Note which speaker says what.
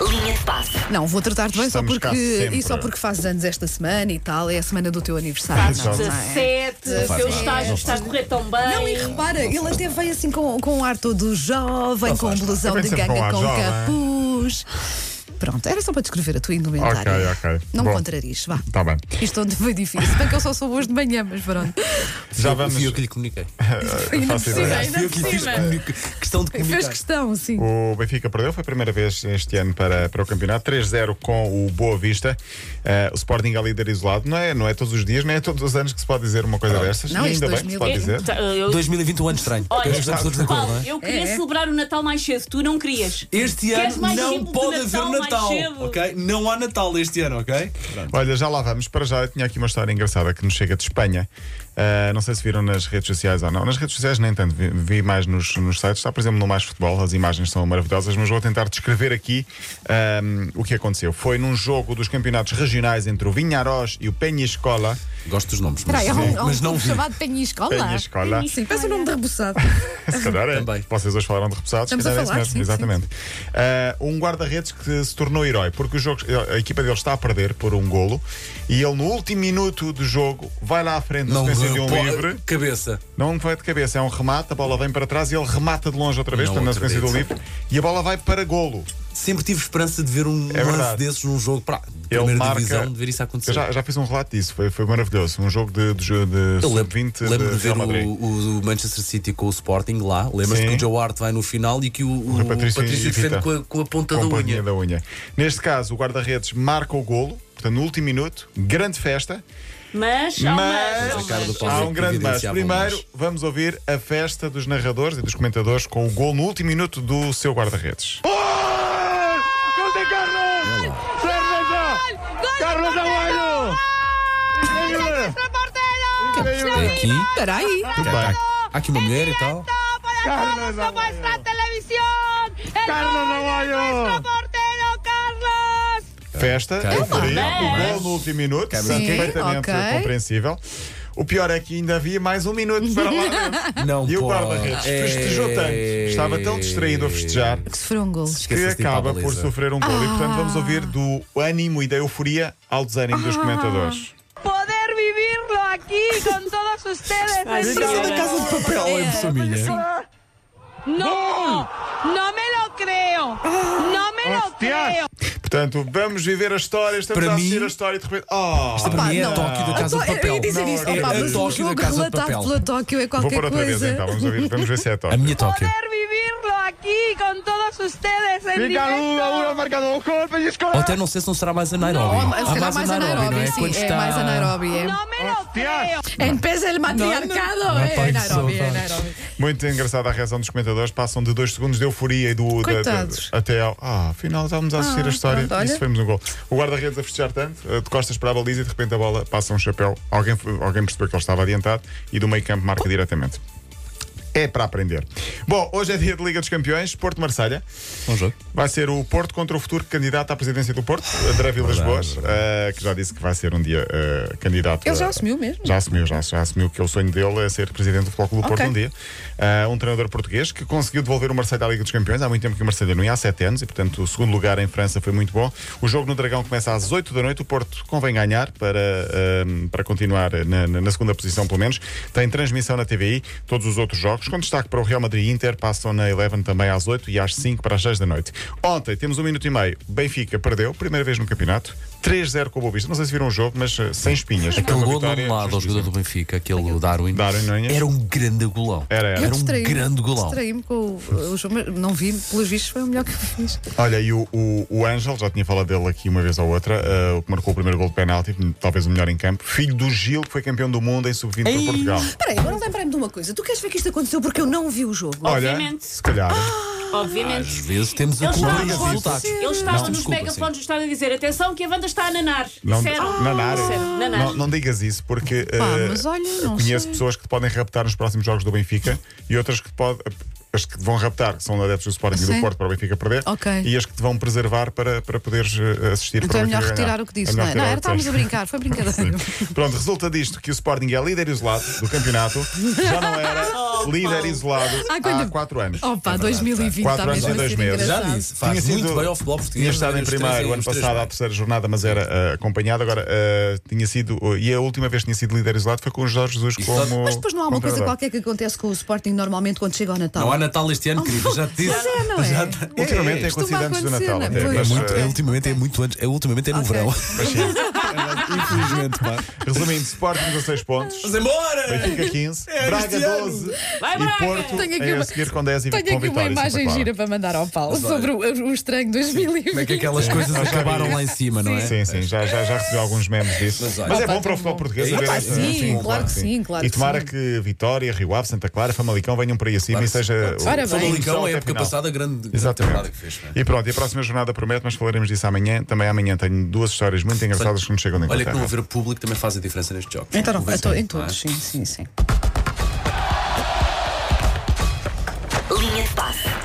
Speaker 1: Linha de passe.
Speaker 2: Não, vou tratar-te bem só
Speaker 3: Estamos cá
Speaker 2: porque,
Speaker 3: sempre.
Speaker 2: e só porque fazes anos esta semana e tal, é a semana do teu aniversário.
Speaker 3: Faz
Speaker 2: não, não é?
Speaker 4: 17, o
Speaker 3: faz
Speaker 4: teu
Speaker 3: nada,
Speaker 4: estágio
Speaker 3: não
Speaker 4: está a
Speaker 3: faz
Speaker 4: correr tão bem.
Speaker 2: Não, e repara, ele até veio assim com, com um ar todo jovem,
Speaker 3: Não
Speaker 2: com um
Speaker 3: faz mal.
Speaker 2: blusão
Speaker 3: Eu
Speaker 2: de
Speaker 3: venho sempre
Speaker 2: ganga
Speaker 3: com
Speaker 2: com
Speaker 3: um ar
Speaker 2: capuz. Pronto, era só para descrever a tua indumentária.
Speaker 3: Ok, ok.
Speaker 2: Não
Speaker 3: Bom.
Speaker 2: contrariz, vá.
Speaker 3: Está bem.
Speaker 2: Isto onde foi difícil. Bem que eu só sou hoje de manhã, mas pronto.
Speaker 3: Já vamos.
Speaker 5: Fui eu que lhe comuniquei.
Speaker 2: Ainda por
Speaker 3: faço
Speaker 2: cima,
Speaker 3: ideia.
Speaker 2: ainda
Speaker 5: Fui eu
Speaker 2: por
Speaker 5: que lhe fiz
Speaker 2: cima.
Speaker 5: comunica- questão de
Speaker 2: Fez
Speaker 5: comunicar.
Speaker 2: questão, sim.
Speaker 3: O Benfica perdeu, foi a primeira vez este ano para, para o campeonato, 3-0 com o Boa Vista. Eh, o Sporting é líder isolado, não é, não é todos os dias, não é todos os anos que se pode dizer uma coisa destas.
Speaker 2: Ah, Não,
Speaker 3: e
Speaker 2: isto
Speaker 3: ainda bem que
Speaker 2: 2000.
Speaker 3: se pode
Speaker 4: É,
Speaker 3: dizer.
Speaker 4: tá, eu-
Speaker 5: 2021 ano estranho.
Speaker 4: Olha,
Speaker 5: Todos estamos todos de acordo,
Speaker 4: Paulo,
Speaker 5: não é?
Speaker 4: eu queria
Speaker 2: É, é.
Speaker 4: celebrar o Natal mais cedo, tu não querias.
Speaker 5: Este
Speaker 4: Queres
Speaker 5: ano
Speaker 4: mais
Speaker 5: não
Speaker 4: símbolo de
Speaker 5: pode
Speaker 4: Natal
Speaker 5: haver
Speaker 4: mais
Speaker 5: Natal,
Speaker 4: cedo?
Speaker 5: ok? Não há Natal este ano, ok? Pronto.
Speaker 3: Olha, já lá vamos. Para já, eu tinha aqui uma história engraçada que nos chega de Espanha. Ah, não sei se viram nas redes sociais ou não. Nas redes sociais nem tanto, vi, vi mais nos, nos sites. Está, por exemplo, no Mais Futebol, as imagens são maravilhosas, mas vou tentar descrever aqui ahm, o que aconteceu. Foi num jogo dos campeonatos regionais entre o Vinharós e o Penha Escola.
Speaker 5: Gosto dos nomes,
Speaker 2: Espera aí, há um, há um
Speaker 5: mas não
Speaker 2: clube
Speaker 5: vi.
Speaker 2: chamado Penha Escola.
Speaker 3: Penha Escola.
Speaker 2: Sim, peça o nome de reboçado.
Speaker 3: Se calhar é.
Speaker 5: Também.
Speaker 3: Vocês hoje falaram de repousados, se
Speaker 2: Estamos a
Speaker 3: calhar é isso
Speaker 2: falar,
Speaker 3: mesmo,
Speaker 2: sim,
Speaker 3: exatamente. Ah, um guarda-redes que se tornou herói, porque o jogo, a equipa dele está a perder por um golo e ele, no último minuto do jogo, vai lá à frente na
Speaker 5: Não,
Speaker 3: sequência de um
Speaker 5: pô,
Speaker 3: livre.
Speaker 5: Cabeça.
Speaker 3: Não foi de cabeça, é um remate, a bola vem para trás e ele remata de longe outra vez,
Speaker 5: Não
Speaker 3: portanto, na sequência do
Speaker 5: acredito.
Speaker 3: livre, e a bola vai para golo.
Speaker 5: Sempre tive esperança de ver um
Speaker 3: É
Speaker 5: lance
Speaker 3: verdade.
Speaker 5: desses num jogo. Para,
Speaker 3: Ele
Speaker 5: primeira
Speaker 3: marca.
Speaker 5: divisão, de ver isso acontecer.
Speaker 3: Eu já, já fiz um relato disso, foi, foi maravilhoso. Um jogo de, de, de
Speaker 5: Eu lembro,
Speaker 3: sub-20 de
Speaker 5: lembro de ver
Speaker 3: Real Madrid.
Speaker 5: o, o- o Manchester City com o Sporting lá. Lembras-te
Speaker 3: Sim.
Speaker 5: que o Joe Hart vai no final e que o, o,
Speaker 3: Patrício
Speaker 5: Patrício,
Speaker 3: evita.
Speaker 5: defende com a, com a ponta
Speaker 3: Com
Speaker 5: da
Speaker 3: a pontinha
Speaker 5: unha.
Speaker 3: da unha. Neste caso, o guarda-redes marca o golo, portanto, no último minuto, grande festa.
Speaker 4: Mas, há um mas,
Speaker 3: Mas
Speaker 4: há um mas.
Speaker 5: Paulo
Speaker 3: há
Speaker 5: é
Speaker 3: um
Speaker 5: que
Speaker 3: grande mas.
Speaker 5: evidenciava um
Speaker 3: Primeiro,
Speaker 5: mas.
Speaker 3: vamos ouvir a festa dos narradores e dos comentadores com o gol no último minuto do seu guarda-redes.
Speaker 6: ¡Gol de Carlos! ¡Cerveza! ¡Carlos Aguayo! ¡Increíble!
Speaker 5: É aqui,
Speaker 2: Espera aí.
Speaker 3: Tudo
Speaker 5: Tá,
Speaker 3: bem.
Speaker 5: há aqui uma mulher e tal.
Speaker 6: ¡Carlos Aguayo!
Speaker 7: televisión. El
Speaker 6: ¡Carlos Aguayo!
Speaker 7: portero Carlos.
Speaker 3: Festa,
Speaker 5: Cara,
Speaker 3: euforia,
Speaker 5: tá,
Speaker 4: mas-
Speaker 3: o gol no último minuto,
Speaker 5: mas
Speaker 3: sim,
Speaker 2: ok.
Speaker 3: perfeitamente
Speaker 2: Ok.
Speaker 3: compreensível. O pior é que ainda havia mais um minuto para lá dentro.
Speaker 5: Não
Speaker 3: E o
Speaker 5: pode.
Speaker 3: guarda-redes
Speaker 5: É.
Speaker 3: festejou tanto, estava tão distraído a festejar,
Speaker 2: Que sofreu um gol.
Speaker 3: que
Speaker 5: Esqueça-se de ir para a
Speaker 3: acaba por
Speaker 5: baliza.
Speaker 3: sofrer um gol. E portanto
Speaker 2: Ah.
Speaker 3: vamos ouvir do ânimo e da euforia ao desânimo dos comentadores.
Speaker 7: Poder vivirlo aquí con todos ustedes.
Speaker 4: Ay,
Speaker 7: Es
Speaker 4: sí,
Speaker 7: un-
Speaker 4: la
Speaker 5: Casa de papel, é impressão minha.
Speaker 7: No, no me lo creo. No me lo
Speaker 6: Hostias.
Speaker 7: creo.
Speaker 3: Portanto, vamos viver a história, estamos
Speaker 5: Para
Speaker 3: a
Speaker 5: mim-
Speaker 3: assistir a história e de repente. Oh,
Speaker 5: Para mim é
Speaker 2: não.
Speaker 5: Tóquio da Casa de
Speaker 2: Eu
Speaker 5: Papel.
Speaker 2: ia dizer isso. Opa,
Speaker 5: É a
Speaker 2: mas um
Speaker 5: Tóquio da
Speaker 2: jogo
Speaker 5: Casa de
Speaker 2: relatado
Speaker 5: Papel.
Speaker 2: pela Tóquio é
Speaker 3: vou
Speaker 2: qualquer
Speaker 3: pôr outra vez
Speaker 2: coisa.
Speaker 3: então, vamos, ouvir, vamos ver se é
Speaker 5: A
Speaker 3: top.
Speaker 5: minha Tóquio.
Speaker 7: Poder vivirlo aquí con todos ustedes en
Speaker 6: ¡Pica uno a uno
Speaker 7: directo.
Speaker 6: el marcador! ¡Gol,
Speaker 5: Ou
Speaker 6: Pellizcola!
Speaker 5: até não sei se não será mais a Ah, Nairobi.
Speaker 2: Oh, mas
Speaker 5: Há
Speaker 2: será mais, a Nairobi,
Speaker 5: não é?
Speaker 2: sim.
Speaker 5: Quando
Speaker 2: É
Speaker 5: está-
Speaker 2: mais a Nairobi. É.
Speaker 7: No me lo creo.
Speaker 2: Empieza el matriarcado.
Speaker 5: Não, não.
Speaker 2: É,
Speaker 5: Rapaz,
Speaker 2: é Nairobi, é
Speaker 5: saudades.
Speaker 2: Nairobi.
Speaker 3: Muito engraçada a reação dos comentadores, passam de dois segundos de euforia e do. da- da-
Speaker 2: Coitados.
Speaker 3: até ao. Ah, afinal estávamos a assistir
Speaker 2: Ah,
Speaker 3: a história
Speaker 2: pronto, olha.
Speaker 3: e sofremos um gol. O guarda-redes a festejar tanto, eh, de costas para a baliza e de repente a bola passa um chapéu. Alguém, alguém percebeu que ele estava adiantado e do meio campo marca diretamente. É para aprender. Bom, hoje é dia de Liga dos Campeões, Porto Marselha.
Speaker 5: Um jogo.
Speaker 3: Vai ser o Porto contra o futuro candidato à presidência do Porto, André Vilas Boas, eh, que já disse que vai ser um dia eh, candidato.
Speaker 2: Ele já
Speaker 3: a-
Speaker 2: assumiu mesmo?
Speaker 3: Já assumiu, já, já assumiu que o sonho dele é ser presidente do Futebol Clube do
Speaker 2: Ok.
Speaker 3: Porto um dia. Eh, um treinador português que conseguiu devolver o Marseille à Liga dos Campeões. Há muito tempo que o Marseille não ia, há sete anos, e portanto o segundo lugar em França foi muito bom. O jogo no Dragão começa às 8 da noite. O Porto convém ganhar para, eh, para continuar na, na- na segunda posição, pelo menos. Tem transmissão na TVI, todos os outros jogos, com destaque para o Real Madrid e Inter, passam na Eleven também às 8 e às 5 para as 6 da noite. Ontem temos um minuto e meio. Benfica perdeu, primeira vez no campeonato, 3-0 com o Boa Vista. Não sei se viram o jogo, mas eh, sem espinhas. Foi
Speaker 2: É um
Speaker 5: Aquele
Speaker 3: uma
Speaker 5: gol do
Speaker 3: vitória
Speaker 5: lado ao
Speaker 3: justíssima.
Speaker 5: jogador do Benfica, aquele o Darwin.
Speaker 3: Darwin Nunes.
Speaker 5: Era um grande golão.
Speaker 3: Era, era.
Speaker 2: Eu
Speaker 5: um
Speaker 2: distraí-me,
Speaker 5: grande golão.
Speaker 2: Distraí-me com o, o jogo, mas não vi, pelos vistos foi o melhor que eu fiz.
Speaker 3: Olha, e o, o, o Ângel, já tinha falado dele aqui uma vez ou outra, eh, o que marcou o primeiro gol de penalti, talvez o melhor em campo, filho do Gil, que foi campeão do mundo em sub-20 por Portugal.
Speaker 2: Espera aí, agora lembrei-me de uma coisa. Tu queres ver que isto aconteceu porque eu não vi o jogo?
Speaker 3: Olha,
Speaker 4: Obviamente.
Speaker 3: se calhar.
Speaker 2: Ah,
Speaker 5: Às
Speaker 4: Obviamente.
Speaker 5: vezes temos a
Speaker 4: Ele estava,
Speaker 5: cobrir os resultados.
Speaker 4: ele estava
Speaker 5: Não,
Speaker 4: nos
Speaker 5: desculpa,
Speaker 4: megafones
Speaker 5: sim.
Speaker 4: do estádio a dizer: atenção, que a banda está a nanar.
Speaker 3: Não,
Speaker 4: Sério?
Speaker 3: nanar, é.
Speaker 4: Sério, nanar.
Speaker 3: Não, não digas isso, porque eh,
Speaker 2: mas olha, não
Speaker 3: conheço
Speaker 2: sei.
Speaker 3: pessoas que te podem raptar nos próximos jogos do Benfica e outras que te podem. As que te vão raptar, que são adeptos do Sporting e
Speaker 2: Sim.
Speaker 3: do Porto para o Benfica perder,
Speaker 2: Ok.
Speaker 3: e as que te vão preservar para, para poderes eh, assistir
Speaker 2: Então
Speaker 3: para
Speaker 2: é melhor
Speaker 3: Benfica ganhar.
Speaker 2: retirar o que disse,
Speaker 3: É
Speaker 2: não é?
Speaker 3: melhor
Speaker 2: Não,
Speaker 3: retirar
Speaker 2: era,
Speaker 3: o que
Speaker 2: estávamos
Speaker 3: disseste.
Speaker 2: a brincar, foi brincadeira.
Speaker 3: Pronto, resulta disto que o Sporting é líder isolado do campeonato, já não era.
Speaker 4: Oh,
Speaker 3: líder isolado
Speaker 2: Há quanto-
Speaker 3: há 4 anos.
Speaker 2: Opa, 2020
Speaker 3: É Quatro
Speaker 2: está
Speaker 3: anos e
Speaker 2: tá mesmo a
Speaker 3: dois
Speaker 2: ser
Speaker 3: meses.
Speaker 5: Já
Speaker 2: engraçado.
Speaker 5: disse, faz
Speaker 3: Tinha
Speaker 5: muito
Speaker 3: sido-
Speaker 5: bem ao futebol português. né?
Speaker 3: Tinha estado em
Speaker 5: Os três aí,
Speaker 3: primeiro
Speaker 5: os
Speaker 3: ano
Speaker 5: três
Speaker 3: passado, à
Speaker 5: bem.
Speaker 3: terceira jornada, mas era eh, acompanhado. Agora eh, tinha sido. e a última vez que tinha sido líder isolado foi com o Jorge Jesus
Speaker 5: Isso.
Speaker 3: como.
Speaker 2: Mas depois não há uma
Speaker 3: como
Speaker 2: coisa
Speaker 3: treinador.
Speaker 2: qualquer que acontece com o Sporting normalmente quando chega ao Natal.
Speaker 5: Não há Natal este ano, querida. Já te disse.
Speaker 2: Mas é, não é?
Speaker 5: Já te-
Speaker 3: Ultimamente é,
Speaker 2: Costuma
Speaker 3: acontecido antes do
Speaker 2: acontecer,
Speaker 3: Natal.
Speaker 2: não é?
Speaker 3: até,
Speaker 2: Pois.
Speaker 5: É
Speaker 3: mas,
Speaker 5: muito,
Speaker 3: eh,
Speaker 5: é, ultimamente é muito antes. É, ultimamente é no
Speaker 2: Ok.
Speaker 5: verão.
Speaker 3: mas sim.
Speaker 5: Infelizmente, pá.
Speaker 3: Resumindo, Sporting 16 pontos.
Speaker 2: é-
Speaker 5: Mas embora!
Speaker 3: Benfica 15,
Speaker 5: É,
Speaker 3: Braga
Speaker 5: Cristiano.
Speaker 3: 12
Speaker 4: Vai,
Speaker 3: e
Speaker 4: Braga!
Speaker 3: Porto
Speaker 2: Tenho aqui
Speaker 3: em
Speaker 2: uma-
Speaker 3: a seguir com 10 e
Speaker 2: Tenho
Speaker 3: com
Speaker 2: aqui uma
Speaker 3: vitória. em Santa
Speaker 2: imagem
Speaker 3: Clara.
Speaker 2: gira para mandar ao Paulo
Speaker 5: Mas olha-
Speaker 2: sobre o, o estranho
Speaker 5: Como é que
Speaker 2: 2020.
Speaker 5: aquelas coisas
Speaker 3: já vi
Speaker 5: acabaram
Speaker 3: isso.
Speaker 5: lá em cima, não é?
Speaker 3: Sim, sim, já, já, já recebi alguns memes disso.
Speaker 5: Mas
Speaker 3: Mas,
Speaker 5: olha- tá
Speaker 3: é
Speaker 2: Opa,
Speaker 3: bom para o
Speaker 2: tão
Speaker 3: futebol
Speaker 2: bom.
Speaker 3: português
Speaker 5: Opa,
Speaker 3: haver
Speaker 5: sim,
Speaker 3: essa-
Speaker 2: claro que sim, claro
Speaker 3: E
Speaker 2: que
Speaker 3: tomara
Speaker 2: sim.
Speaker 3: que Vitória, Rio Ave, Santa Clara, Famalicão venham para aí acima
Speaker 5: Claro
Speaker 3: e
Speaker 5: que sim.
Speaker 3: seja. o-
Speaker 2: Parabéns.
Speaker 5: O Famalicão,
Speaker 3: até
Speaker 5: a época
Speaker 3: final.
Speaker 5: passada, grande, grande temporada
Speaker 3: Exatamente.
Speaker 5: que fez. não é?
Speaker 3: E pronto, e a próxima jornada promete, mas falaremos disso amanhã. Também amanhã tenho duas histórias muito engraçadas que nos chegam de
Speaker 5: Olha que
Speaker 3: Inglaterra.
Speaker 5: não haver público também faz a diferença neste jogo.
Speaker 2: Então, não,
Speaker 5: Convencer,
Speaker 2: então, em
Speaker 5: não é?
Speaker 2: todos, sim, sim, sim.